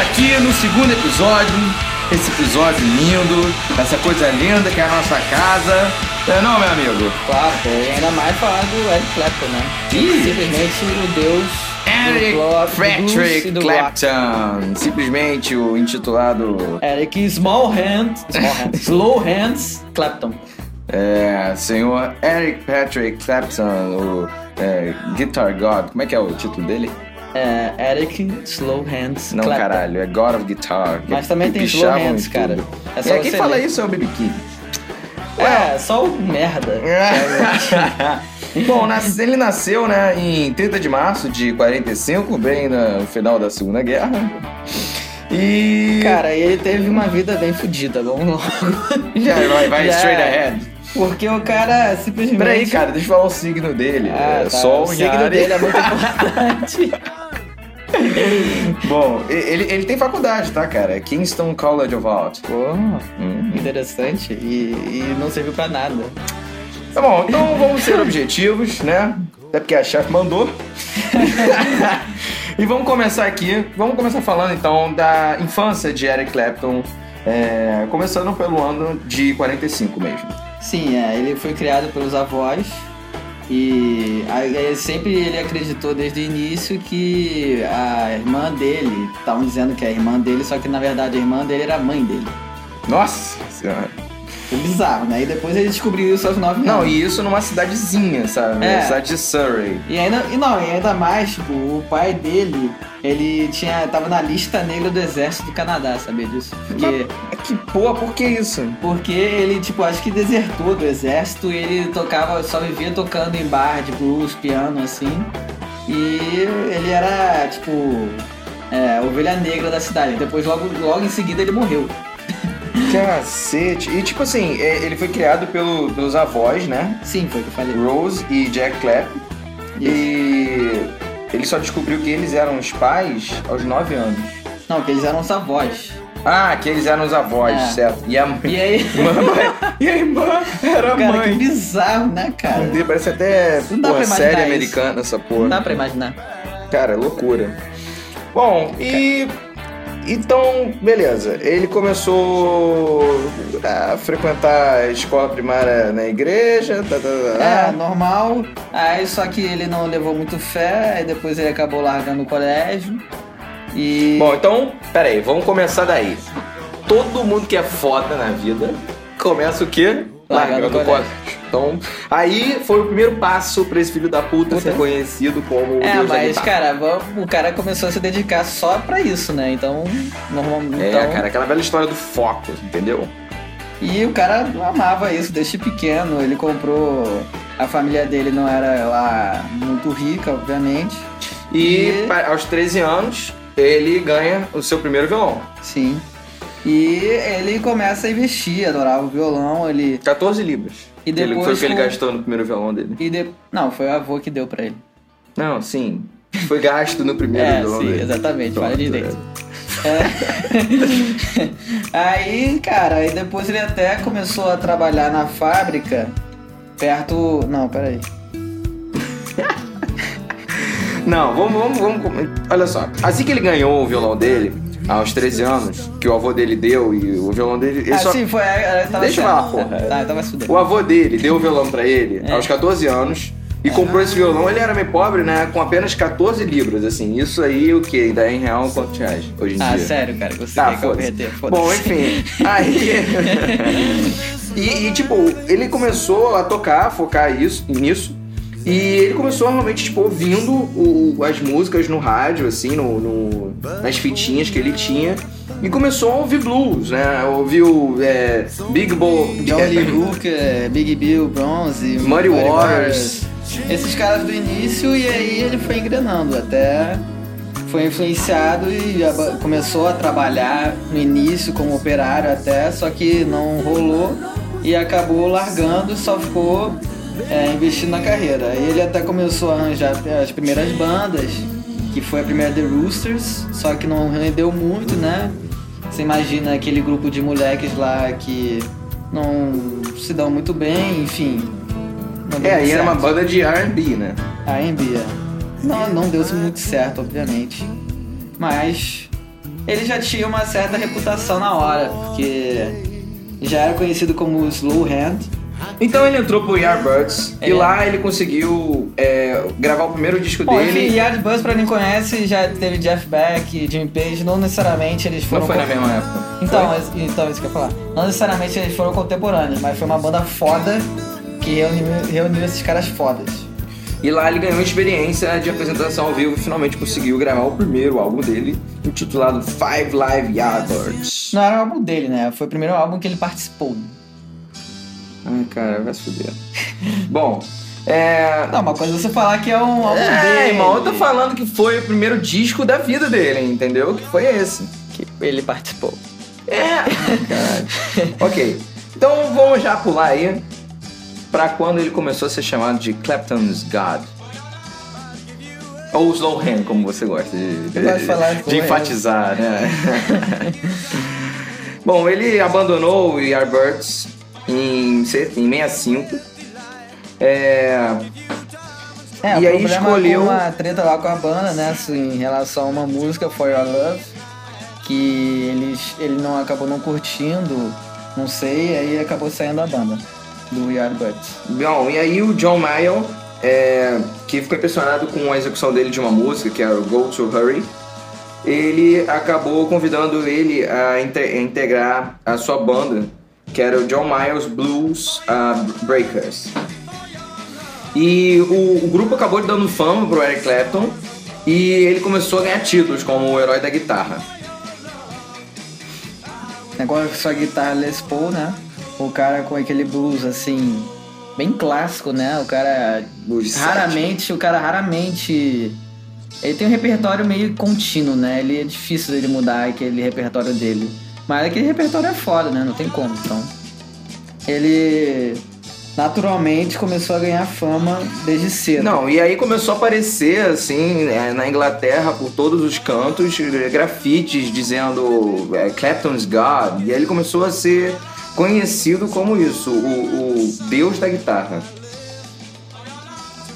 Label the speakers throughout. Speaker 1: aqui no segundo episódio. Esse episódio lindo, essa coisa linda que é a nossa casa. É não, meu amigo?
Speaker 2: Claro, pô, e ainda mais falar do Eric Clapton, né?
Speaker 1: Ih!
Speaker 2: Simplesmente o deus
Speaker 1: Eric
Speaker 2: do rock, do blues e
Speaker 1: Patrick
Speaker 2: do
Speaker 1: Clapton, simplesmente o intitulado
Speaker 2: rock. Eric Small Hands, Small Hands, Slow Hands Clapton.
Speaker 1: é, senhor Eric Patrick Clapton, o é, Guitar God. Como é que é o título dele?
Speaker 2: É, Eric Slow Hands
Speaker 1: Não,
Speaker 2: Clapton.
Speaker 1: caralho, é God of Guitar.
Speaker 2: Mas também
Speaker 1: Que
Speaker 2: tem Slow
Speaker 1: pichavam
Speaker 2: Hands,
Speaker 1: em
Speaker 2: cara.
Speaker 1: tudo.
Speaker 2: É só
Speaker 1: É, quem
Speaker 2: você
Speaker 1: fala
Speaker 2: ler.
Speaker 1: isso é o Baby King.
Speaker 2: É, só o merda.
Speaker 1: É. Bom, nas- ele nasceu né, em 30 de março de 45, bem no final da Segunda Guerra. E.
Speaker 2: Cara, ele teve uma vida bem fodida, vamos logo.
Speaker 1: já vai, vai
Speaker 2: Já. é.
Speaker 1: straight ahead.
Speaker 2: Porque o cara simplesmente...
Speaker 1: Peraí, cara, deixa eu falar o signo dele.
Speaker 2: Ah,
Speaker 1: é,
Speaker 2: tá,
Speaker 1: Sol
Speaker 2: o
Speaker 1: em
Speaker 2: signo
Speaker 1: Ares.
Speaker 2: dele é muito importante.
Speaker 1: Bom, e- ele, ele tem faculdade, tá, cara? É Kingston College of Art.
Speaker 2: Pô,
Speaker 1: Hum.
Speaker 2: interessante. E, e não serviu pra nada.
Speaker 1: Tá bom, então vamos ser objetivos, né? Até porque a chefe mandou. e vamos começar aqui. Vamos começar falando então da infância de Eric Clapton. é, começando pelo ano de 45 mesmo.
Speaker 2: Sim, é, ele foi criado pelos avós e a- é, sempre ele acreditou desde o início que a irmã dele, estavam dizendo que é a irmã dele, só que na verdade a irmã dele era a mãe dele.
Speaker 1: Nossa senhora.
Speaker 2: Foi bizarro, né? E depois ele descobriu isso aos nove
Speaker 1: Não,
Speaker 2: anos.
Speaker 1: e isso numa cidadezinha, sabe?
Speaker 2: É.
Speaker 1: Cidade de Surrey.
Speaker 2: E ainda, e não, e ainda mais, tipo, o pai dele, ele tinha, tava na lista negra do exército do Canadá, sabia disso? Porque,
Speaker 1: É Que porra, por que isso?
Speaker 2: porque ele, tipo, acho que desertou do exército e ele tocava, só vivia tocando em bar de blues, piano, assim. E ele era, tipo, é, a ovelha negra da cidade. Depois, logo, logo em seguida, ele morreu.
Speaker 1: Cacete. E tipo assim, é, ele foi criado pelo- pelos avós, né?
Speaker 2: Sim, foi o que eu falei.
Speaker 1: Rose e Jack Clapton. E ele só descobriu que eles eram os pais aos 9 anos.
Speaker 2: Não, porque eles eram os avós.
Speaker 1: Ah, que eles eram os avós,
Speaker 2: É.
Speaker 1: certo. E a mãe. Mamãe-
Speaker 2: E aí,
Speaker 1: e a irmã era a
Speaker 2: cara, que
Speaker 1: mãe.
Speaker 2: bizarro, né, cara?
Speaker 1: Parece até
Speaker 2: Não dá
Speaker 1: porra,
Speaker 2: pra imaginar
Speaker 1: série
Speaker 2: isso.
Speaker 1: americana essa porra.
Speaker 2: Não dá pra imaginar.
Speaker 1: Cara, é loucura. Bom, e. Então, beleza. Ele começou a frequentar a escola primária na igreja. Tá, tá, tá,
Speaker 2: É,
Speaker 1: tá.
Speaker 2: normal. Aí só que ele não levou muito fé, aí depois ele acabou largando o colégio. E.
Speaker 1: Bom, então, peraí, vamos começar daí. Todo mundo que é foda na vida começa o quê?
Speaker 2: Largando
Speaker 1: Largando o
Speaker 2: o
Speaker 1: código. Então, aí foi o primeiro passo pra esse filho da puta
Speaker 2: Puta.
Speaker 1: ser conhecido como o
Speaker 2: é,
Speaker 1: Deus
Speaker 2: mas,
Speaker 1: da guitarra.
Speaker 2: cara, vamo- o cara começou a se dedicar só pra isso, né? Então, normalmente.
Speaker 1: É, cara, aquela velha história do foco, entendeu?
Speaker 2: E o cara amava isso desde pequeno. Ele comprou. A família dele não era lá muito rica, obviamente.
Speaker 1: E,
Speaker 2: E-
Speaker 1: pa- aos 13 anos, ele ganha o seu primeiro violão.
Speaker 2: Sim. E ele começa a investir, adorava o violão, ele
Speaker 1: 14 libras.
Speaker 2: E
Speaker 1: Que ele- foi o
Speaker 2: depois
Speaker 1: que ele
Speaker 2: com-
Speaker 1: gastou no primeiro violão dele.
Speaker 2: e de... não, foi o avô que deu pra ele.
Speaker 1: Não, sim. Foi gasto no primeiro
Speaker 2: É,
Speaker 1: violão
Speaker 2: sim,
Speaker 1: dele.
Speaker 2: exatamente, fala
Speaker 1: Pronto, é.
Speaker 2: direito. É. aí, cara, aí depois ele até começou a trabalhar na fábrica perto. Não, peraí.
Speaker 1: Não, vamos, vamos, vamos. com- Olha só. Assim que ele ganhou o violão dele, aos 13 anos, que o avô dele deu e o violão dele. ele
Speaker 2: ah,
Speaker 1: só-
Speaker 2: sim, foi. é, é, Tava
Speaker 1: Deixa eu
Speaker 2: certo.
Speaker 1: falar, porra.
Speaker 2: Tá, tava se fudendo.
Speaker 1: O avô dele deu o violão pra ele
Speaker 2: É.
Speaker 1: aos 14 anos. E comprou esse violão, ele era meio pobre, né? Com apenas 14 libras, assim. Isso aí, o quê? Ainda é em real, quantos reais hoje em
Speaker 2: Ah,
Speaker 1: dia?
Speaker 2: sério, cara, você
Speaker 1: Ah,
Speaker 2: quer que eu
Speaker 1: foda-se.
Speaker 2: perder? Foda-se.
Speaker 1: Bom, enfim. Aí. e, e, tipo, ele começou a tocar, a focar isso, nisso. E ele começou realmente, tipo, ouvindo o- o- as músicas no rádio, assim, no, no- nas fitinhas que ele tinha. E começou a ouvir blues, né? Ouviu é, Big Bo.
Speaker 2: John Lee Hooker, Big Bill, Bronze,
Speaker 1: Muddy Waters.
Speaker 2: Esses caras do início e aí ele foi engrenando até foi influenciado e aba- começou a trabalhar no início como operário até, só que não rolou e acabou largando, só ficou é, investindo na carreira. Aí ele até começou a arranjar as primeiras bandas, que foi a primeira The Roosters, só que não rendeu muito, né? Você imagina aquele grupo de moleques lá que não se dão muito bem, enfim. não deu
Speaker 1: É,
Speaker 2: muito
Speaker 1: e era uma
Speaker 2: certo.
Speaker 1: banda de RB, né?
Speaker 2: A NBA. Não, não deu muito certo, obviamente. Mas ele já tinha uma certa reputação na hora, porque já era conhecido como Slow Hand.
Speaker 1: Então ele entrou pro Yardbirds
Speaker 2: É.
Speaker 1: e lá ele conseguiu é, gravar o primeiro disco
Speaker 2: Bom,
Speaker 1: dele.
Speaker 2: enfim, Yardbirds, pra quem conhece, já teve Jeff Beck, Jimmy Page, não necessariamente eles foram...
Speaker 3: Não foi na
Speaker 2: co-
Speaker 3: mesma época.
Speaker 2: Então, es- então, isso que eu ia falar. Não necessariamente eles foram contemporâneos, mas foi uma banda foda que reuniu, reuniu esses caras fodas.
Speaker 1: E lá ele ganhou experiência de apresentação ao vivo e finalmente conseguiu gravar o primeiro álbum dele, intitulado Five Live Yardbirds.
Speaker 2: Não era o álbum dele, né? Foi o primeiro álbum que ele participou.
Speaker 1: Ai, cara, vai se fuder. Bom, é.
Speaker 2: Não, uma coisa é você falar que é um álbum
Speaker 3: É,
Speaker 2: dele.
Speaker 3: irmão, eu tô falando que foi o primeiro disco da vida dele, entendeu? Que foi esse.
Speaker 2: Que ele participou.
Speaker 1: Ok.
Speaker 3: Então vamos já pular aí pra quando ele começou a ser chamado de Clapton's God. Ou Slow Hand, como você gosta de,
Speaker 2: Eu gosto de falar
Speaker 3: de
Speaker 2: Slow Hand.
Speaker 3: enfatizar, né?
Speaker 1: Bom, ele abandonou o Yardbirds em, se- em 65. É,
Speaker 2: É,
Speaker 1: E
Speaker 2: o
Speaker 1: aí
Speaker 2: problema
Speaker 1: escolheu-
Speaker 2: com uma treta lá com a banda, né? assim, Em relação a uma música, For Your Love, que eles, ele não acabou não curtindo, não sei, aí acabou saindo da banda, do Yardbirds.
Speaker 1: Bom, e aí o John Mayall, é, que ficou impressionado com a execução dele de uma música, que era o Go To Hurry, ele acabou convidando ele a, inte- a integrar a sua banda, que era o John Miles Blues ah, Breakers. E o, o grupo acabou dando fama pro Eric Clapton e ele começou a ganhar títulos como o herói da guitarra.
Speaker 2: Agora com É sua guitarra Les Paul, né? O cara com aquele blues, assim, bem clássico, né? O cara
Speaker 1: Blues de
Speaker 2: raramente, o cara raramente... Ele tem um repertório meio contínuo, né? Ele é difícil dele mudar aquele repertório dele. Mas aquele repertório é foda, né? Não tem como, então. Ele naturalmente começou a ganhar fama desde cedo.
Speaker 1: Não, e aí começou a aparecer, assim, é, na Inglaterra, por todos os cantos, eh, grafites dizendo é, Clapton's God. E aí ele começou a ser conhecido como isso, o, o deus da guitarra.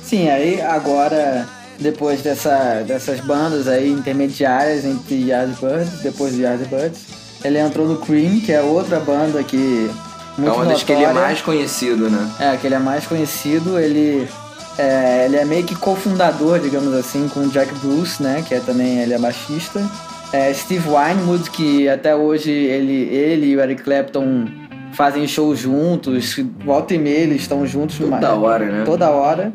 Speaker 2: Sim, aí agora, depois dessa, dessas bandas aí intermediárias entre Yardbirds, depois de Yardbirds, ele entrou no Cream, que é outra banda que
Speaker 1: É
Speaker 2: muito
Speaker 1: uma das que ele é mais conhecido, né?
Speaker 2: é, que ele é mais conhecido, ele é, ele é meio que cofundador, digamos assim, com o Jack Bruce, né, que é também ele é baixista. É, Steve Winwood, que até hoje ele, ele e o Eric Clapton fazem show juntos, volta e meia eles estão juntos mas-
Speaker 1: Da hora, né?
Speaker 2: toda hora.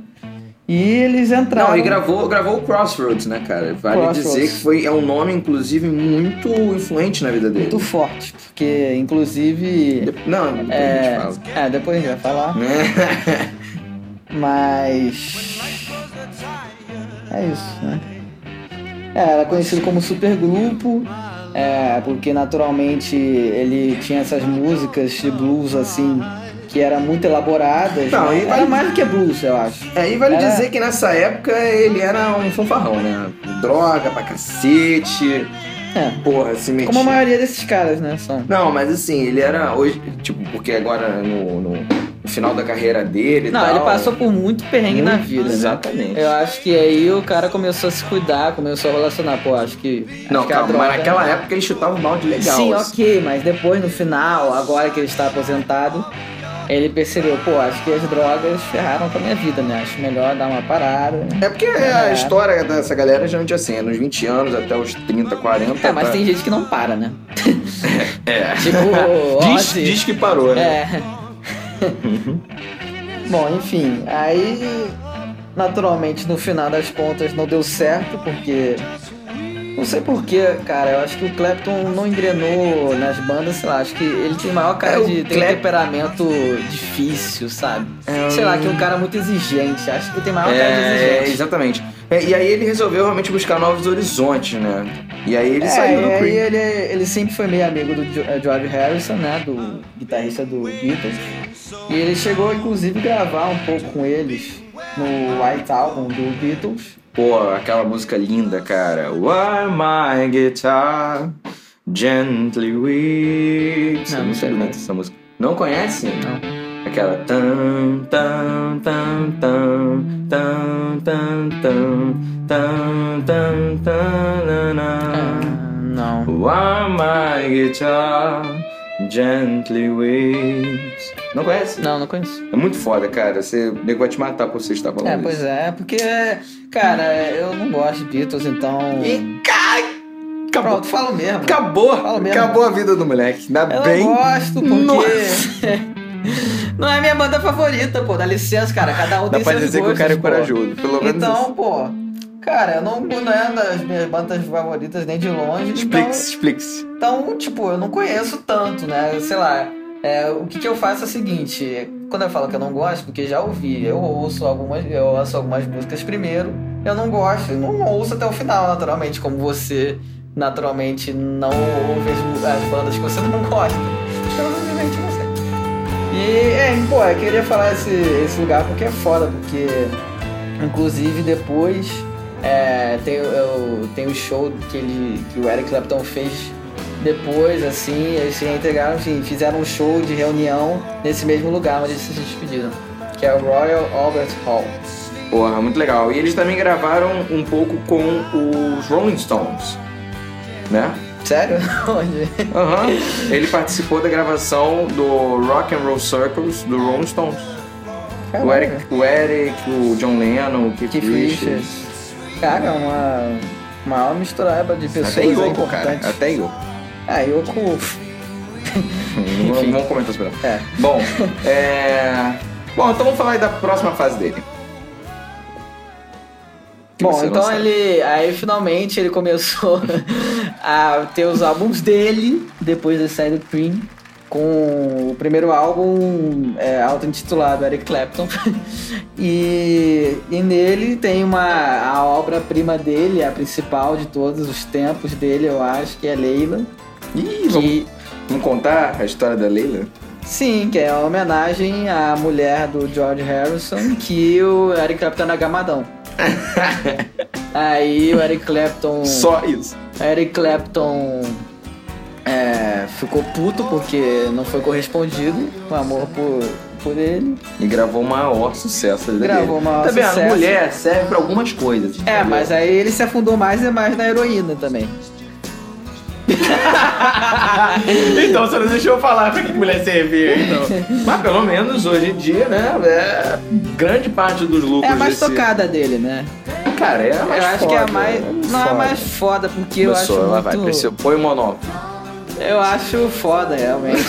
Speaker 2: E eles entraram.
Speaker 1: Não, e gravou, gravou o Crossroads, né, cara? Vale
Speaker 2: Crossroads.
Speaker 1: dizer que foi, é um nome, inclusive, muito influente na vida dele.
Speaker 2: muito forte, porque inclusive.
Speaker 1: De- Não, depois
Speaker 2: É,
Speaker 1: a gente
Speaker 2: é, depois a gente vai falar.
Speaker 1: fala.
Speaker 2: Mas. É isso, né? É, era conhecido como supergrupo, é, porque naturalmente ele tinha essas músicas de blues assim, que eram muito elaboradas.
Speaker 1: Não,
Speaker 2: né?
Speaker 1: e-
Speaker 2: Era mais do que blues, eu acho.
Speaker 1: É, e vale
Speaker 2: Era-
Speaker 1: dizer que nessa época ele era um fanfarrão, né? Droga pra cacete,
Speaker 2: É.
Speaker 1: porra, se metia.
Speaker 2: Como a maioria desses caras, né? São.
Speaker 1: Não, mas assim, ele era hoje, tipo, porque agora no, no- no final da carreira dele e
Speaker 2: Não,
Speaker 1: tal, é
Speaker 2: ele passou por muito perrengue na vida, né?
Speaker 1: Exatamente.
Speaker 2: Eu acho que aí o cara começou a se cuidar, começou a relacionar. Pô, acho que.
Speaker 1: Não,
Speaker 2: acho que a
Speaker 1: calma,
Speaker 2: droga-
Speaker 1: mas naquela época ele chutava um balde legal.
Speaker 2: Sim,
Speaker 1: assim.
Speaker 2: ok, mas depois no final, agora que ele está aposentado, ele percebeu, pô, acho que as drogas ferraram com a minha vida, né? Acho melhor dar uma parada. né?
Speaker 1: É porque a
Speaker 2: É.
Speaker 1: história dessa galera já é assim, é nos 20 anos até os 30, 40.
Speaker 2: É, mas
Speaker 1: tá-
Speaker 2: tem gente que não para, né?
Speaker 1: É.
Speaker 2: Tipo,
Speaker 1: diz,
Speaker 2: Ozzy.
Speaker 1: diz que parou, né? Uhum.
Speaker 2: É. Bom, enfim, aí naturalmente no final das contas não deu certo, porque. Não sei porquê, cara. Eu acho que o Clapton não engrenou nas bandas, sei lá, acho que ele tem maior cara
Speaker 1: É, o
Speaker 2: de ter um
Speaker 1: Clap-
Speaker 2: temperamento difícil, sabe? Sei lá, que é um cara muito exigente. Acho que tem maior cara de
Speaker 1: É,
Speaker 2: exigente.
Speaker 1: exatamente. É, e aí ele resolveu realmente buscar novos horizontes, né? E aí ele
Speaker 2: É,
Speaker 1: saiu do
Speaker 2: e aí
Speaker 1: Cream.
Speaker 2: ele, ele sempre foi meio amigo do Jo- eh, George Harrison, né? Do guitarrista do Beatles. E ele chegou, inclusive, a gravar um pouco com eles no White Album do Beatles.
Speaker 1: Pô, aquela música linda, cara. Why my guitar gently weeps.
Speaker 2: Não,
Speaker 1: É
Speaker 2: não
Speaker 1: muito
Speaker 2: sei,
Speaker 1: bonita
Speaker 2: cara.
Speaker 1: essa música. Não conhece?
Speaker 2: Não.
Speaker 1: Aquela tan tan tan tan tan
Speaker 2: É.
Speaker 1: tan tan tan tan tan tan
Speaker 2: não.
Speaker 1: While my guitar gently waves. Não conhece?
Speaker 2: Não, não conheço.
Speaker 1: É muito foda, cara. Você, o nego vai te matar por tá você estar falando
Speaker 2: É, pois
Speaker 1: isso.
Speaker 2: é, porque, cara, eu não gosto de Beatles, então.
Speaker 1: E cai! Acabou.
Speaker 2: Pronto, falo mesmo.
Speaker 1: Acabou!
Speaker 2: Fala mesmo.
Speaker 1: Acabou a vida do moleque. Ainda
Speaker 2: Eu
Speaker 1: bem.
Speaker 2: não gosto porque.
Speaker 1: Nossa.
Speaker 2: não é minha banda favorita, pô. Dá licença, cara. Cada um
Speaker 1: Dá
Speaker 2: tem
Speaker 1: pra
Speaker 2: seus
Speaker 1: dizer que
Speaker 2: gostos,
Speaker 1: o cara é
Speaker 2: pô.
Speaker 1: corajoso. Pelo menos
Speaker 2: Então, pô. Cara, eu não, não é das minhas bandas favoritas nem de longe.
Speaker 1: isso.
Speaker 2: Então,
Speaker 1: Explique-se, explique-se.
Speaker 2: então, tipo, eu não conheço tanto, né? Sei lá. é, o que, que eu faço é o seguinte, quando eu falo que eu não gosto, porque já ouvi, eu ouço algumas, eu ouço algumas músicas primeiro, eu não gosto, e não ouço até o final, naturalmente, como você naturalmente não ouve as, as bandas que você não gosta. Provavelmente você. E, é, pô, eu queria falar esse, esse lugar porque é foda, porque inclusive depois é, tem, eu, tem o show que, ele, que o Eric Clapton fez depois, assim, eles se reintegraram, enfim, fizeram um show de reunião nesse mesmo lugar onde eles se despediram, que é o Royal Albert Hall.
Speaker 1: Porra, muito legal. E eles também gravaram um pouco com os Rolling Stones. Né?
Speaker 2: Sério? Onde?
Speaker 1: Aham. Ele participou da gravação do Rock and Roll Circles do Rolling Stones. O
Speaker 2: Caraca.
Speaker 1: Eric, o Eric, o John Lennon, o Keith,
Speaker 2: Keith
Speaker 1: Richards.
Speaker 2: Cara, uma maior misturada de pessoas
Speaker 1: Até
Speaker 2: é
Speaker 1: Yoko, cara.
Speaker 2: importante.
Speaker 1: Até Yoko.
Speaker 2: Ah, Yoko.
Speaker 1: Não não vamos comentar sobre ela.
Speaker 2: É.
Speaker 1: Bom, é... Bom, então vamos falar aí da próxima fase dele. Que
Speaker 2: Bom,
Speaker 1: você
Speaker 2: então
Speaker 1: lançou.
Speaker 2: ele. Aí finalmente ele começou a ter os álbuns dele, depois de sair do Cream, com o primeiro álbum é, auto-intitulado Eric Clapton. E, e nele tem uma. A obra-prima dele, a principal de todos os tempos dele, eu acho, que é Leila.
Speaker 1: Ih, vamos,
Speaker 2: Que,
Speaker 1: vamos contar a história da Leila?
Speaker 2: sim, que é uma homenagem à mulher do George Harrison, que o Eric Clapton era gamadão. Aí o Eric Clapton.
Speaker 1: Só isso.
Speaker 2: Eric Clapton é, ficou puto porque não foi correspondido o amor por, por ele.
Speaker 1: E gravou o maior sucesso da
Speaker 2: Gravou o
Speaker 1: dele.
Speaker 2: maior
Speaker 1: tá vendo?
Speaker 2: sucesso.
Speaker 1: Mulher serve pra algumas coisas.
Speaker 2: É,
Speaker 1: entendeu?
Speaker 2: mas aí ele se afundou mais e mais na heroína também.
Speaker 1: então, você não deixou eu falar pra que mulher servia, então. mas pelo menos hoje em dia, né? É grande parte dos lucros
Speaker 2: É a mais
Speaker 1: desse...
Speaker 2: tocada dele, né?
Speaker 1: Cara, é a
Speaker 2: Eu
Speaker 1: mais
Speaker 2: acho que é a
Speaker 1: foda,
Speaker 2: mais. Não é a
Speaker 1: foda.
Speaker 2: mais foda, porque eu acho.
Speaker 1: Começou, ela vai,
Speaker 2: muito...
Speaker 1: cresceu. Põe o monóculo.
Speaker 2: Eu acho foda, realmente.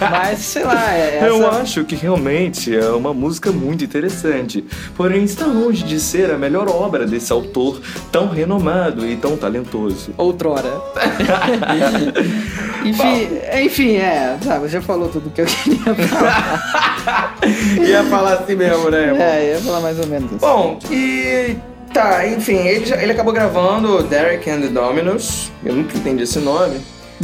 Speaker 2: mas sei lá, é essa.
Speaker 1: Eu acho que realmente é uma música muito interessante, porém está longe de ser a melhor obra desse autor tão renomado e tão talentoso.
Speaker 2: Outrora. enfim, enfim, é, sabe, já falou tudo que eu queria falar.
Speaker 1: Ia falar assim mesmo, né?
Speaker 2: É, eu ia falar mais ou menos isso.
Speaker 1: Bom, e tá, enfim, ele, já- ele acabou gravando Derek and the Dominos, eu nunca entendi esse nome.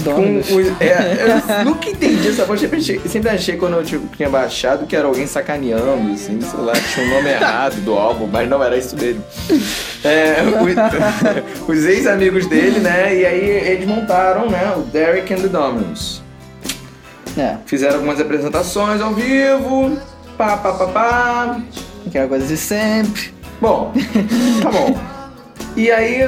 Speaker 1: Com
Speaker 2: Dominus.
Speaker 1: os, é, eu nunca entendi essa voz, sempre achei, sempre achei quando eu tipo, tinha baixado que era alguém sacaneando, assim, sei lá, tinha um nome errado do álbum, mas não era isso dele. É, o- os ex-amigos dele, né? E aí eles montaram, né, o Derek and the Dominos.
Speaker 2: É,
Speaker 1: Fizeram algumas apresentações ao vivo, pá, pá, pá, pá.
Speaker 2: aquela é coisa de sempre.
Speaker 1: Bom, tá bom. E aí,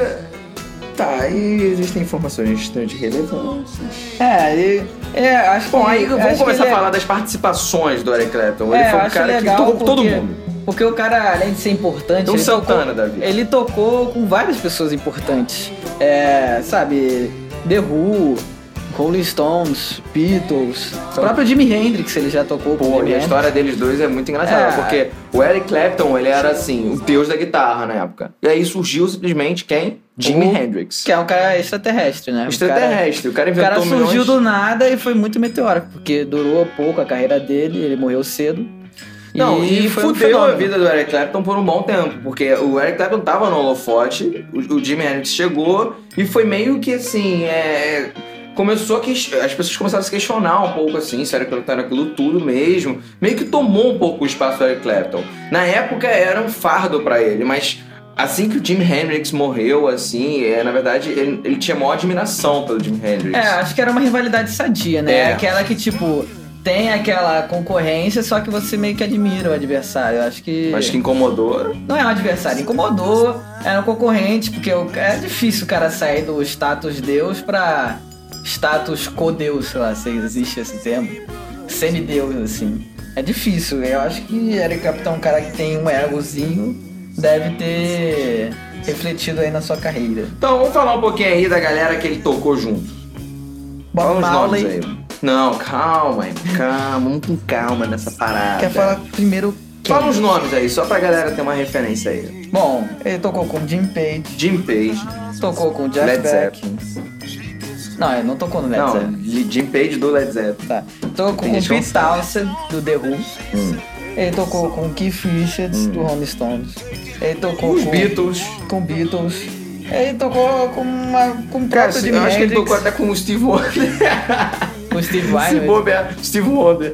Speaker 1: tá, e existem informações bastante relevantes.
Speaker 2: É, e, é, acho
Speaker 1: Bom,
Speaker 2: que.
Speaker 1: aí vamos
Speaker 2: acho que
Speaker 1: começar a
Speaker 2: ele é-
Speaker 1: falar das participações do Eric Clapton. Ele
Speaker 2: É,
Speaker 1: foi um
Speaker 2: acho
Speaker 1: cara que
Speaker 2: legal
Speaker 1: tocou com todo
Speaker 2: porque-
Speaker 1: mundo.
Speaker 2: Porque o cara, além de ser importante.
Speaker 1: É um
Speaker 2: ele
Speaker 1: Santana
Speaker 2: tocou,
Speaker 1: da vida.
Speaker 2: Ele tocou com várias pessoas importantes. É, sabe, The Who, Rolling Stones, Beatles. O próprio Jimi Hendrix ele já tocou né? com o
Speaker 1: Pô,
Speaker 2: Jimi
Speaker 1: e a
Speaker 2: Hendrix.
Speaker 1: história deles dois é muito engraçada,
Speaker 2: É.
Speaker 1: porque o Eric Clapton, ele era assim, o deus da guitarra na época. E aí surgiu simplesmente quem? Jimi
Speaker 2: O-
Speaker 1: Hendrix.
Speaker 2: Que é um cara extraterrestre, né? Um
Speaker 1: Extraterrestre. O cara
Speaker 2: cara- O cara
Speaker 1: inventou
Speaker 2: surgiu
Speaker 1: milhões-
Speaker 2: do nada e foi muito meteórico, porque durou pouco a carreira dele, ele morreu cedo.
Speaker 1: Não, e,
Speaker 2: foi um
Speaker 1: fudeu a
Speaker 2: fenômeno.
Speaker 1: vida do Eric Clapton por um bom tempo, porque o Eric Clapton tava no holofote, o, o Jimi Hendrix chegou e foi meio que assim, é, começou a que, as pessoas começaram a se questionar um pouco assim, se o Eric Clapton era aquilo tudo mesmo, meio que tomou um pouco o espaço do Eric Clapton. Na época era um fardo pra ele, mas assim que o Jimi Hendrix morreu, assim, é, na verdade ele, ele tinha maior admiração pelo Jimi Hendrix.
Speaker 2: É, acho que era uma rivalidade sadia, né?
Speaker 1: É.
Speaker 2: Aquela que, tipo, tem aquela concorrência, só que você meio que admira o adversário. Acho que.
Speaker 1: Mas que incomodou.
Speaker 2: Não é um adversário, incomodou, era um concorrente, porque o- é difícil o cara sair do status Deus pra status co-deus, sei lá, se existe esse termo. Semideus, assim. É difícil, eu acho que Eric Clapton é um cara que tem um egozinho, deve ter refletido aí na sua carreira.
Speaker 1: Então vamos falar um pouquinho aí da galera que ele tocou junto. Fala
Speaker 2: Bob
Speaker 1: uns nomes
Speaker 2: Marley,
Speaker 1: aí. Não, calma, aí, calma, vamos com calma nessa parada.
Speaker 2: quer falar primeiro quem?
Speaker 1: Fala uns nomes aí, só pra galera ter uma referência aí.
Speaker 2: Bom, ele tocou com Jim Page,
Speaker 1: Jim Page.
Speaker 2: tocou com Jeff
Speaker 1: Led
Speaker 2: Beck. Não, ele não tocou no Led
Speaker 1: não,
Speaker 2: Zeppelin.
Speaker 1: Li- Jim Page do Led Zeppelin.
Speaker 2: Tá. Tocou
Speaker 1: Tem
Speaker 2: com
Speaker 1: gente que não
Speaker 2: Pete
Speaker 1: sabe. Hum.
Speaker 2: Townsend, do The Who. Ele tocou com Keith Richards, do Rolling Stones. Ele tocou
Speaker 1: Os
Speaker 2: com
Speaker 1: Beatles.
Speaker 2: com Beatles. Ele tocou com uma com o
Speaker 1: Cara,
Speaker 2: próprio
Speaker 1: eu
Speaker 2: Jimi
Speaker 1: acho que ele
Speaker 2: Hendrix,
Speaker 1: tocou até com o Steve Wonder.
Speaker 2: com Steve
Speaker 1: Se
Speaker 2: Vai.
Speaker 1: bobear, Steve Wonder.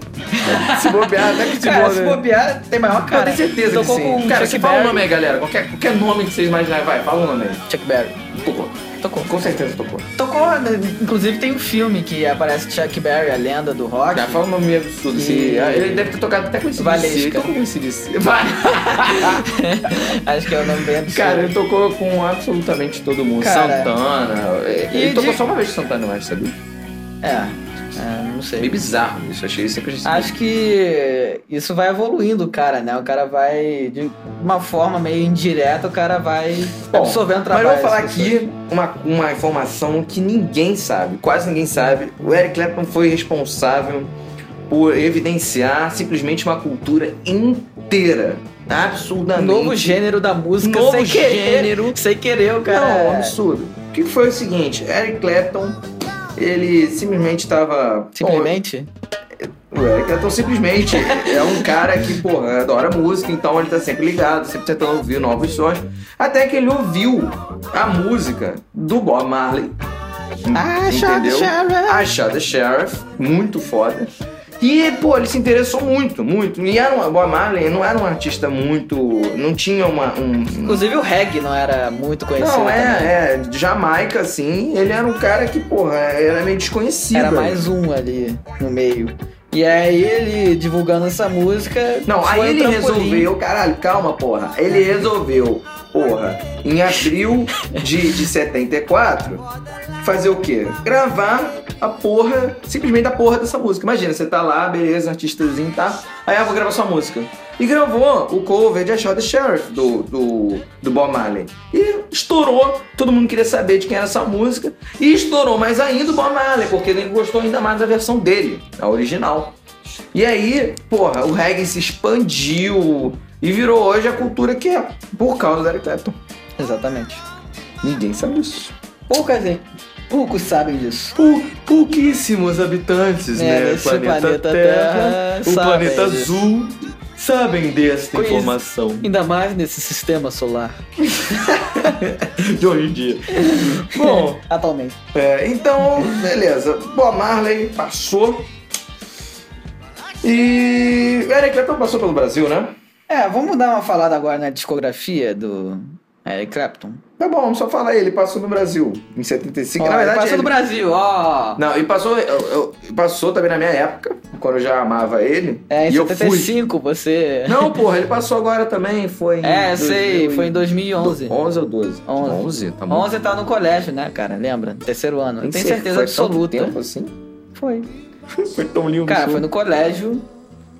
Speaker 1: Se bobear, até que Steve
Speaker 2: Cara, se
Speaker 1: Wonder.
Speaker 2: bobear, tem maior
Speaker 1: Eu
Speaker 2: cara.
Speaker 1: tenho certeza
Speaker 2: tocou
Speaker 1: que sim.
Speaker 2: com
Speaker 1: Cara,
Speaker 2: Chuck
Speaker 1: você fala o
Speaker 2: Berry.
Speaker 1: nome aí, galera. Qualquer, qualquer nome que vocês imaginarem, vai, fala o nome aí.
Speaker 2: Chuck Berry.
Speaker 1: Tocou.
Speaker 2: Tocou.
Speaker 1: Com certeza tocou.
Speaker 2: Tocou, né? inclusive tem um filme que aparece Chuck Berry, a lenda do rock.
Speaker 1: Já fala o nome Tá absurdo.
Speaker 2: E-
Speaker 1: se- ah, Ele deve ter tocado até com esse
Speaker 2: Valesca.
Speaker 1: Ele tocou com esse DC. Vai.
Speaker 2: Acho que é o nome bem absurdo.
Speaker 1: Cara, ele tocou com absolutamente todo mundo.
Speaker 2: Cara.
Speaker 1: Santana. é,
Speaker 2: E
Speaker 1: Ele tocou
Speaker 2: de-
Speaker 1: só uma vez com Santana, eu acho, sabe?
Speaker 2: É, é, não sei.
Speaker 1: Meio bizarro isso. Achei sempre assim.
Speaker 2: Acho que isso vai evoluindo o cara, né? O cara vai, de uma forma meio indireta, o cara vai
Speaker 1: Bom,
Speaker 2: absorvendo
Speaker 1: Mas
Speaker 2: o trabalho.
Speaker 1: eu vou falar
Speaker 2: das é pessoas.
Speaker 1: aqui uma, uma informação que ninguém sabe, quase ninguém sabe. O Eric Clapton foi responsável por evidenciar simplesmente uma cultura inteira.
Speaker 2: Um
Speaker 1: Absolutamente.
Speaker 2: novo gênero da música,
Speaker 1: Novo
Speaker 2: sem querer.
Speaker 1: gênero.
Speaker 2: Sem querer, o cara. é
Speaker 1: Não, um absurdo. O que foi o seguinte, Eric Clapton, ele simplesmente estava...
Speaker 2: Simplesmente?
Speaker 1: O Eric Clapton simplesmente é um cara que, porra, adora música, então ele tá sempre ligado, sempre tentando ouvir novos sons. Até que ele ouviu a música do Bob Marley.
Speaker 2: Ah,
Speaker 1: Entendeu? Achada Sheriff, muito foda. E, pô, ele se interessou muito, muito. E era uma, Bob Marley não era um artista muito. Não tinha uma. Um,
Speaker 2: Inclusive o reggae não era muito conhecido. né?
Speaker 1: não,
Speaker 2: também.
Speaker 1: é, é. de Jamaica, assim. Ele era um cara que, porra, era meio desconhecido.
Speaker 2: Era mais um ali no meio. E aí ele divulgando essa música.
Speaker 1: Não,
Speaker 2: foi
Speaker 1: aí
Speaker 2: um
Speaker 1: ele
Speaker 2: trampolim. É.
Speaker 1: resolveu, caralho, calma, porra. Ele resolveu, porra, em abril de, de 74, fazer o quê? Gravar a porra, simplesmente a porra dessa música. Imagina, você tá lá, beleza, artistazinho, tá? Aí eu vou gravar sua música. E gravou o cover de I Shot the Sheriff do, do, do Bob Marley. E estourou, todo mundo queria saber de quem era essa música. E estourou mais ainda o Bob Marley, porque ele gostou ainda mais da versão dele, a original. E aí, porra, o reggae se expandiu e virou hoje a cultura que é por causa do Eric Clapton.
Speaker 2: Exatamente.
Speaker 1: Ninguém sabe disso.
Speaker 2: Poucas, poucos sabem disso.
Speaker 1: Pou- pouquíssimos habitantes,
Speaker 2: É,
Speaker 1: né?
Speaker 2: desse planeta Terra,
Speaker 1: o
Speaker 2: sabem
Speaker 1: planeta
Speaker 2: disso.
Speaker 1: azul, sabem desta
Speaker 2: Conhece-
Speaker 1: informação
Speaker 2: Ainda mais nesse sistema solar.
Speaker 1: de hoje em dia. Bom,
Speaker 2: Atualmente.
Speaker 1: é, então, beleza. Boa Marley passou. E o Eric Clapton passou pelo Brasil, né?
Speaker 2: É, vamos dar uma falada agora na discografia do Eric Clapton.
Speaker 1: Tá bom, vamos só falar ele passou no Brasil em 75.
Speaker 2: Ó,
Speaker 1: Na
Speaker 2: ele
Speaker 1: verdade,
Speaker 2: passou
Speaker 1: ele-
Speaker 2: do Brasil, ó.
Speaker 1: Não, e passou, eu- eu- passou também na minha época, quando eu já amava ele.
Speaker 2: É, em
Speaker 1: e eu fui.
Speaker 2: 75 você.
Speaker 1: Não, porra, ele passou agora também, foi em.
Speaker 2: é, sei, foi em 2011.
Speaker 1: 11 ou 12?
Speaker 2: 11.
Speaker 1: 11, tá bom.
Speaker 2: 11 tá no colégio, né, cara? Lembra? Terceiro ano. Eu
Speaker 1: Nem
Speaker 2: tenho
Speaker 1: sei,
Speaker 2: certeza
Speaker 1: foi tanto
Speaker 2: absoluta.
Speaker 1: Tempo assim?
Speaker 2: Foi.
Speaker 1: Foi tão lindo. assim.
Speaker 2: Cara, foi no colégio.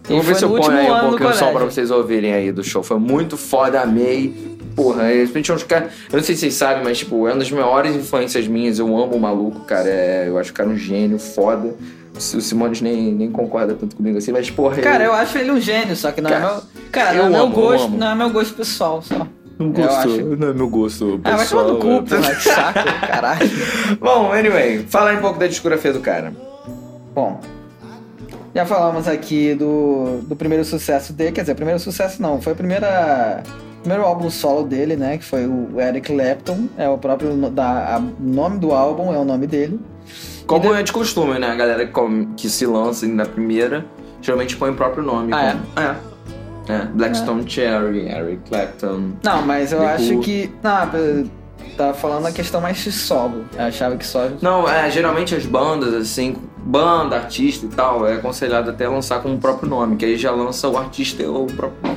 Speaker 1: Eu
Speaker 2: e
Speaker 1: vou ver
Speaker 2: foi
Speaker 1: se eu
Speaker 2: no
Speaker 1: ponho
Speaker 2: último
Speaker 1: aí um
Speaker 2: ano do
Speaker 1: pouquinho só pra
Speaker 2: colégio.
Speaker 1: vocês ouvirem aí do show. Foi muito foda, amei. Porra, é, de repente, eu acho que- eu não sei se vocês sabem, mas, tipo, é uma das maiores influências minhas. Eu amo o maluco, cara. É, eu acho o cara um gênio, foda. O Simones nem, nem concorda tanto comigo assim, mas, porra.
Speaker 2: Cara, eu acho ele um gênio, só que não
Speaker 1: Cara,
Speaker 2: é meu. Cara, não
Speaker 1: eu
Speaker 2: é meu
Speaker 1: amo, eu
Speaker 2: gosto,
Speaker 1: amo.
Speaker 2: não é meu gosto pessoal, só.
Speaker 1: Não
Speaker 2: Eu acho.
Speaker 1: não é meu gosto
Speaker 2: Ah, vai tomar no cu, porra, que saco, caralho.
Speaker 1: Bom, anyway, fala aí um pouco da discografia do cara.
Speaker 2: Bom, já falamos aqui do, do primeiro sucesso dele, quer dizer, primeiro sucesso não, foi o primeira, primeiro álbum solo dele, né, que foi o Eric Clapton, é o próprio no- da, a- nome do álbum, é o nome dele.
Speaker 1: Como
Speaker 2: E
Speaker 1: é de costume, né? A galera que, come- que se lança na primeira, geralmente põe o próprio nome.
Speaker 2: Ah,
Speaker 1: como- é? É. Blackstone Cherry, Eric Clapton.
Speaker 2: Não, mas eu
Speaker 1: Depois-
Speaker 2: acho que... Não, eu tava falando a questão mais de solo, eu achava que só...
Speaker 1: Não, é, geralmente as bandas, assim, banda, artista e tal, é aconselhado até lançar com o próprio nome, que aí já lança o artista ou o próprio.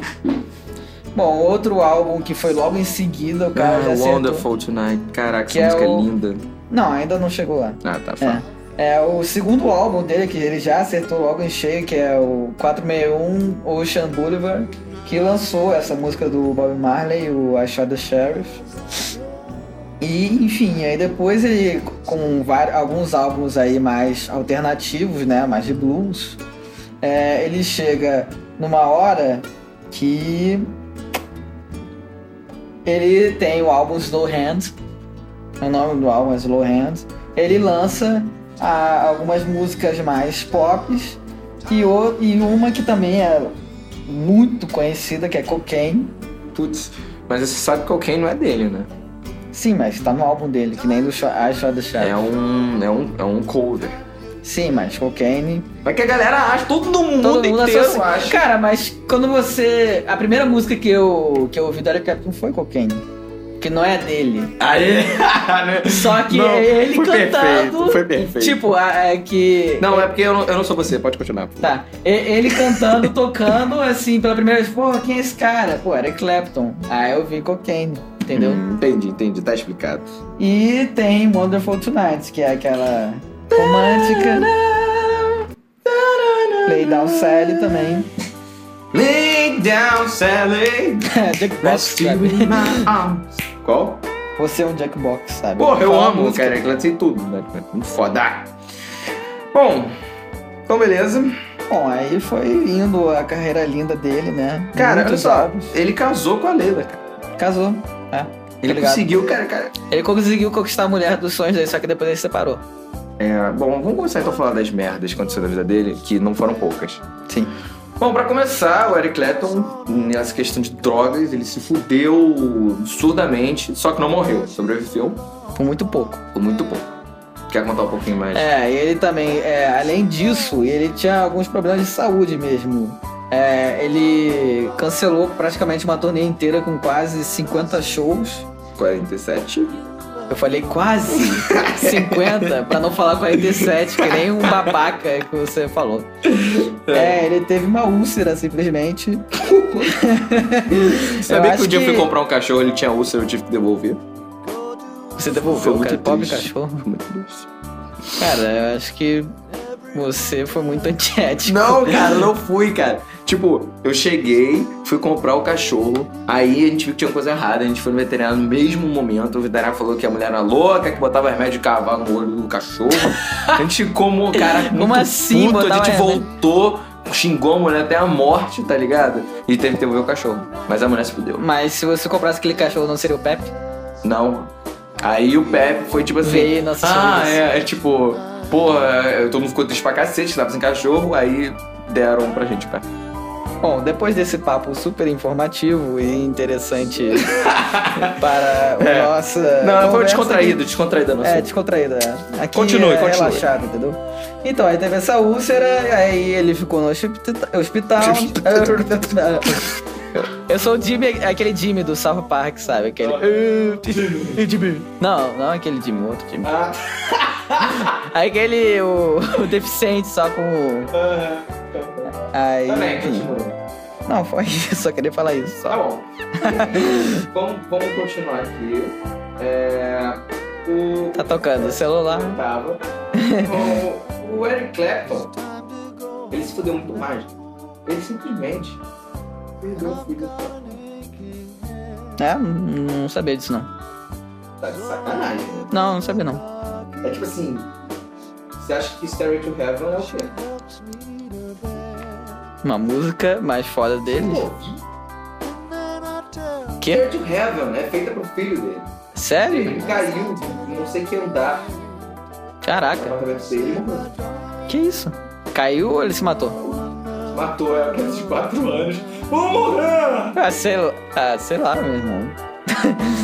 Speaker 2: Bom, outro álbum que foi logo em seguida, o cara
Speaker 1: Ah,
Speaker 2: já acertou...
Speaker 1: Wonderful Tonight. Caraca,
Speaker 2: Que
Speaker 1: essa
Speaker 2: é
Speaker 1: música é
Speaker 2: o-
Speaker 1: linda.
Speaker 2: Não, ainda não chegou lá.
Speaker 1: Ah, tá.
Speaker 2: É.
Speaker 1: fala.
Speaker 2: É o segundo álbum dele, que ele já acertou logo em cheio, que é o 461 Ocean Boulevard, que lançou essa música do Bob Marley, o I Shot the Sheriff. E, enfim, aí depois ele, com vários, alguns álbuns aí mais alternativos, né, mais de blues, é, ele chega numa hora que ele tem o álbum Slow Hands, o nome do álbum é Slow Hands, ele lança a, algumas músicas mais pop e, o, e uma que também é muito conhecida, que é Cocaine.
Speaker 1: Putz, mas você sabe que Cocaine não é dele, né?
Speaker 2: Sim, mas tá no álbum dele, que nem do Sh I Shot the Sheriff.
Speaker 1: É um, é um, é um cover.
Speaker 2: Sim, mas Cocaine.
Speaker 1: Mas que a galera acha, todo mundo
Speaker 2: Todo mundo
Speaker 1: inteiro
Speaker 2: associa-
Speaker 1: acha.
Speaker 2: Cara, mas quando você. A primeira música que eu, que eu ouvi do Eric Clapton foi Cocaine. Que não é dele.
Speaker 1: Aí,
Speaker 2: Só que
Speaker 1: Não,
Speaker 2: é ele
Speaker 1: foi
Speaker 2: cantando.
Speaker 1: perfeito, foi perfeito.
Speaker 2: Tipo, a- é que.
Speaker 1: Não, é porque eu não, eu não sou você, pode continuar.
Speaker 2: Tá. E- Ele cantando, tocando, assim, pela primeira vez. Porra, quem é esse cara? Pô, Eric Clapton. Aí eu vi Cocaine, entendeu?
Speaker 1: Hum, entendi, entendi, tá explicado.
Speaker 2: E tem Wonderful Tonight, que é aquela romântica. Lay Down Sally também.
Speaker 1: Lay down, Sally.
Speaker 2: Jackbox,
Speaker 1: Rest you
Speaker 2: sabe?
Speaker 1: in my arms. Qual?
Speaker 2: Você é um Jackbox, sabe?
Speaker 1: Porra, eu
Speaker 2: Fala a
Speaker 1: amo,
Speaker 2: música.
Speaker 1: cara. Eu sei tudo, né? cara? Muito foda. Bom, então beleza.
Speaker 2: Bom, aí foi indo a carreira linda dele, né?
Speaker 1: Cara, olha
Speaker 2: Muitos
Speaker 1: só,
Speaker 2: álbuns.
Speaker 1: ele casou com a Leila, cara.
Speaker 2: Casou. É.
Speaker 1: Ele
Speaker 2: ligado.
Speaker 1: conseguiu, cara, cara.
Speaker 2: Ele conseguiu conquistar a mulher dos sonhos dele, só que depois ele se separou.
Speaker 1: É, bom, vamos começar então a falar das merdas que aconteceram na vida dele, que não foram poucas.
Speaker 2: Sim.
Speaker 1: Bom, pra começar, o Eric Clapton, nessa questão de drogas, ele se fudeu absurdamente, só que não morreu, sobreviveu
Speaker 2: Por muito pouco.
Speaker 1: por muito pouco. Quer contar um pouquinho mais?
Speaker 2: É, e ele também, é, além disso, ele tinha alguns problemas de saúde mesmo. É, ele cancelou praticamente uma turnê inteira com quase 50 shows.
Speaker 1: 47.
Speaker 2: Eu falei quase 50, pra não falar 47, que nem um babaca que você falou. É, ele teve uma úlcera simplesmente.
Speaker 1: Sabia que
Speaker 2: acho
Speaker 1: o dia eu
Speaker 2: que-
Speaker 1: fui comprar um cachorro, ele tinha úlcera, eu tive que devolver. Foi
Speaker 2: Você devolveu,
Speaker 1: muito
Speaker 2: cara, pobre
Speaker 1: triste.
Speaker 2: cachorro.
Speaker 1: Foi muito triste.
Speaker 2: Cara, eu acho que você foi muito antiético.
Speaker 1: Não, cara, não fui, cara. Tipo, eu cheguei, fui comprar o cachorro, aí a gente viu que tinha coisa errada, a gente foi no veterinário no mesmo momento, o veterinário falou que a mulher era louca, que botava remédio de cavalo no olho do cachorro. A gente como, cara,
Speaker 2: Como
Speaker 1: muito
Speaker 2: assim
Speaker 1: puto, a
Speaker 2: botava
Speaker 1: gente
Speaker 2: remédio?
Speaker 1: voltou, xingou a mulher até a morte, tá ligado? E teve que devolver o cachorro. Mas a mulher se fudeu.
Speaker 2: Mas se você comprasse aquele cachorro, não seria o Pepe?
Speaker 1: Não. Aí o Pepe foi tipo assim.
Speaker 2: Veio nossa
Speaker 1: ah,
Speaker 2: sorriso.
Speaker 1: é, é tipo, porra, é, todo mundo ficou triste pra cacete, tava sem cachorro, aí deram pra gente o Pepe.
Speaker 2: Bom, depois desse papo super informativo e interessante para o
Speaker 1: É.
Speaker 2: nossa.
Speaker 1: Não, foi
Speaker 2: conversa,
Speaker 1: descontraído, descontraído não
Speaker 2: É,
Speaker 1: sei.
Speaker 2: descontraída. Aqui
Speaker 1: Continue,
Speaker 2: é
Speaker 1: continue.
Speaker 2: relaxado, entendeu? Então, aí teve essa úlcera, aí ele ficou no hospita- hospital. Eu sou o Jimmy, aquele Jimmy do South Park, sabe? Aquele. Não, não aquele Jimmy, outro Jimmy.
Speaker 1: Ah.
Speaker 2: Aquele, o, o deficiente, só com o. Aí.
Speaker 1: Tá bem,
Speaker 2: enfim.
Speaker 1: continua.
Speaker 2: Não, foi isso, só queria falar isso.
Speaker 1: Tá
Speaker 2: Só.
Speaker 1: bom. vamos, vamos continuar aqui. É, o
Speaker 2: Tá tocando o celular.
Speaker 1: tava. O, o Eric Clapton, ele se fudeu muito mais. Ele simplesmente perdeu o filho.
Speaker 2: É, não sabia disso não.
Speaker 1: Tá de sacanagem, né?
Speaker 2: Não, não sabia não.
Speaker 1: É tipo assim. Você acha que Stairway to Heaven é o quê?
Speaker 2: Uma música mais foda dele.
Speaker 1: Pô,
Speaker 2: Quê?
Speaker 1: Stairway to Heaven é feita pro filho dele.
Speaker 2: Sério?
Speaker 1: Ele É caiu, de não sei que andar, no
Speaker 2: Caraca,
Speaker 1: apartamento dele e morreu.
Speaker 2: que isso? Caiu ou ele se matou?
Speaker 1: Matou ela criança de 4 anos. Vou morrer!
Speaker 2: Ah, sei lá, ah, sei lá, meu irmão.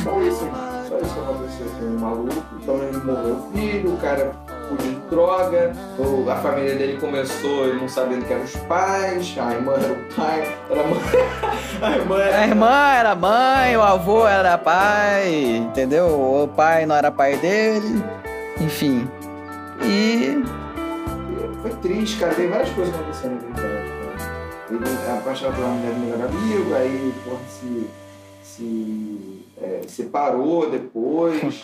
Speaker 1: Só isso, só isso que aconteceu com o maluco. Então ele morreu o filho, o cara fugiu de droga, o- a família dele começou ele não sabendo que eram os pais, a irmã era o pai, era a mãe. A irmã era.
Speaker 2: A irmã era mãe, o avô era pai, entendeu? O pai não era pai dele, enfim. E
Speaker 1: Foi triste, cara. Tem várias coisas acontecendo na vida dele, cara. Ele apaixonou pela mulher do melhor amigo, aí porra, se, se é, separou depois.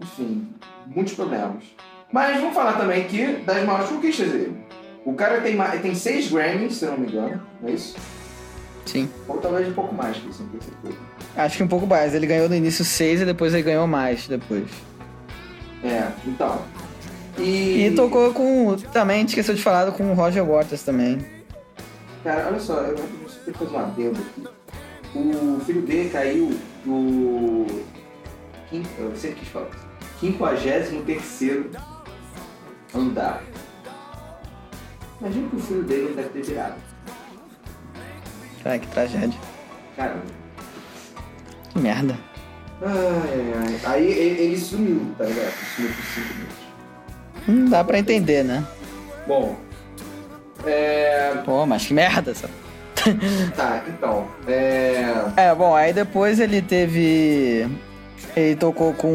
Speaker 1: Enfim, muitos problemas. Mas vamos falar também aqui das maiores conquistas dele. O cara tem, ma- tem seis Grammys, se eu não me engano, não é isso?
Speaker 2: Sim.
Speaker 1: Ou talvez um pouco mais que isso, não tenho certeza.
Speaker 2: Acho que um pouco mais. Ele ganhou no início seis e depois ele ganhou mais depois.
Speaker 1: É, então. E,
Speaker 2: E tocou com. Também esqueceu de falar com o Roger Waters também.
Speaker 1: Cara, olha só, eu preciso fazer uma adendo aqui. O filho dele caiu do. Quin... Eu sempre quis falar isso. 53 andar. Imagina que o filho dele não deve ter virado.
Speaker 2: Ai, que tragédia.
Speaker 1: Caramba.
Speaker 2: Que merda.
Speaker 1: Ai, ai, ai. Aí ele, ele sumiu, tá ligado? Sumiu por 5 minutos.
Speaker 2: Não dá pra entender, né?
Speaker 1: Bom. É.
Speaker 2: Pô, mas que merda. Essa...
Speaker 1: Tá, então. É.
Speaker 2: É, bom, aí depois ele teve. Ele tocou com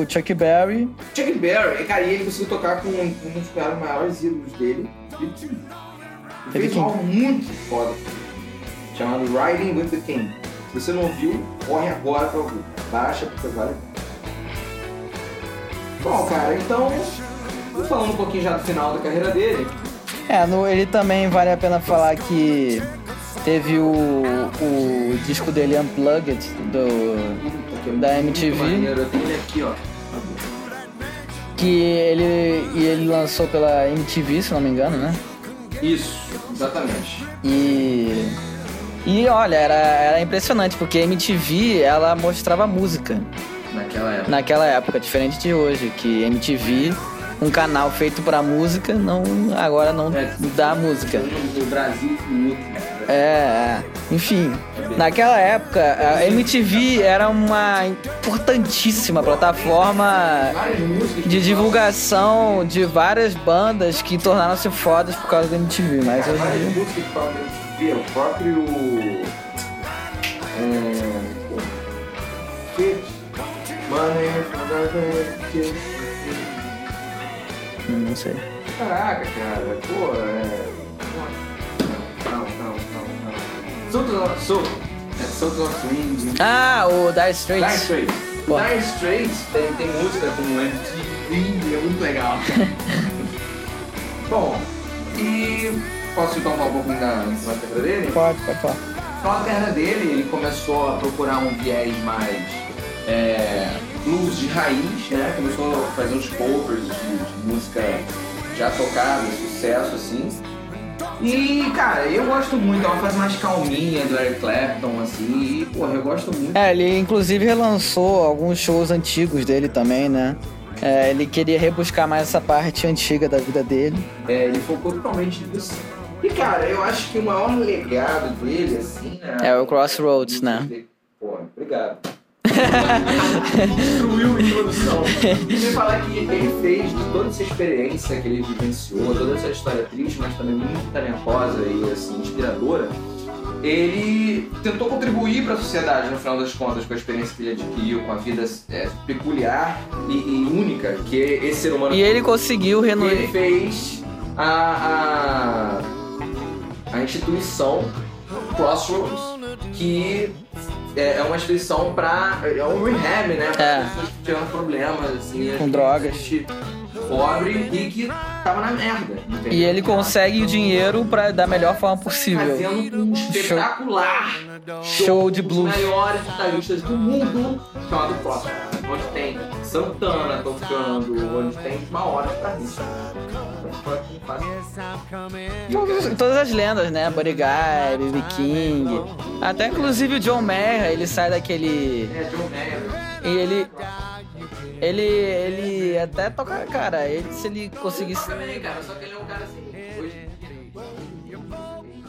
Speaker 2: o Chuck Berry.
Speaker 1: Chuck Berry, cara, e ele conseguiu tocar com um um dos caras maiores ídolos dele, Billy King. E
Speaker 2: Billy
Speaker 1: fez um
Speaker 2: King.
Speaker 1: álbum muito foda, chamado Riding with the King. Se você não ouviu, corre agora pra ouvir. Baixa, porque vale. Bom, cara, então, vou falando um pouquinho já do final da carreira dele.
Speaker 2: É, no, ele também vale a pena falar que teve o, o disco dele Unplugged do,
Speaker 1: Puta, que é
Speaker 2: Da
Speaker 1: muito
Speaker 2: MTV.
Speaker 1: maneiro. Eu tenho ele aqui, ó.
Speaker 2: que ele, e ele lançou pela MTV, se não me engano, né?
Speaker 1: Isso, exatamente.
Speaker 2: E. E olha, era, era impressionante, porque a MTV ela mostrava música
Speaker 1: Naquela época.
Speaker 2: naquela época, diferente de hoje, que MTV, um canal feito pra música, não agora não
Speaker 1: É.
Speaker 2: dá música.
Speaker 1: O Brasil foi muito. né?
Speaker 2: É, é. enfim. Naquela época, a MTV era uma importantíssima plataforma
Speaker 1: Várias músicas.
Speaker 2: de divulgação de várias bandas que tornaram-se fodas por causa da MTV, mas hoje em
Speaker 1: Várias
Speaker 2: dia.
Speaker 1: músicas que falam da MTV, o próprio. É. pô, Fit. Money. Money, Fit.
Speaker 2: Não sei.
Speaker 1: Caraca, cara. Pô, é. Não, não, não, não. Souls Soul. É Souls of Wind.
Speaker 2: Ah, o Dire
Speaker 1: Dire
Speaker 2: Straits.
Speaker 1: Straits.
Speaker 2: Bom.
Speaker 1: Dire Straits Tá tem, tem música com MTV, é muito legal. Bom, e posso citar um pouco da, da carreira dele?
Speaker 2: Pode, pode falar.
Speaker 1: Então a carreira dele, ele começou a procurar um viés mais é, blues de raiz, né? Começou a fazer uns covers de, de música já tocada, sucesso assim. E, cara, eu gosto muito, é uma fase mais calminha do Eric Clapton, assim, e, porra, eu gosto muito.
Speaker 2: É, ele inclusive relançou alguns shows antigos dele também, né? É, ele queria rebuscar mais essa parte antiga da vida dele.
Speaker 1: É, ele focou totalmente nisso. E cara, eu acho que o maior legado dele, assim, né?
Speaker 2: É o Crossroads, né?
Speaker 1: Pô, obrigado. Construiu a introdução. Você falar que ele fez de toda essa experiência que ele vivenciou, toda essa história triste, mas também muito talentosa e assim, inspiradora, ele tentou contribuir para a sociedade, no final das contas, com a experiência que ele adquiriu, com a vida é, peculiar e, e única que esse ser humano
Speaker 2: E ele conseguiu reno...
Speaker 1: ele fez a, a, a instituição Crossroads, que é é uma instituição para é um rehab, né? Pra
Speaker 2: É.
Speaker 1: pessoas que tiveram problemas assim,
Speaker 2: Com drogas.
Speaker 1: gente pobre e que tava na merda. entendeu?
Speaker 2: E ele consegue o dinheiro pra, da melhor forma possível.
Speaker 1: fazendo um espetacular
Speaker 2: Show de
Speaker 1: dos
Speaker 2: blues.
Speaker 1: maiores guitarristas do mundo, chamado Crossroads, onde tem Santana tocando, onde tem uma hora de guitarrista.
Speaker 2: Todas- Todas as lendas, né? Buddy Guy, B.B. King. Até inclusive o John Mayer, ele sai daquele.
Speaker 1: É, John Mayer.
Speaker 2: E ele. Ele. Ele até toca. Cara, ele, se ele conseguisse.
Speaker 1: Também, cara, só que ele é um cara assim, hoje em dia. ele- ele- ele- ele- ele-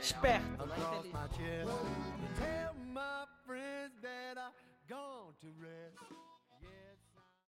Speaker 2: Esperto, né?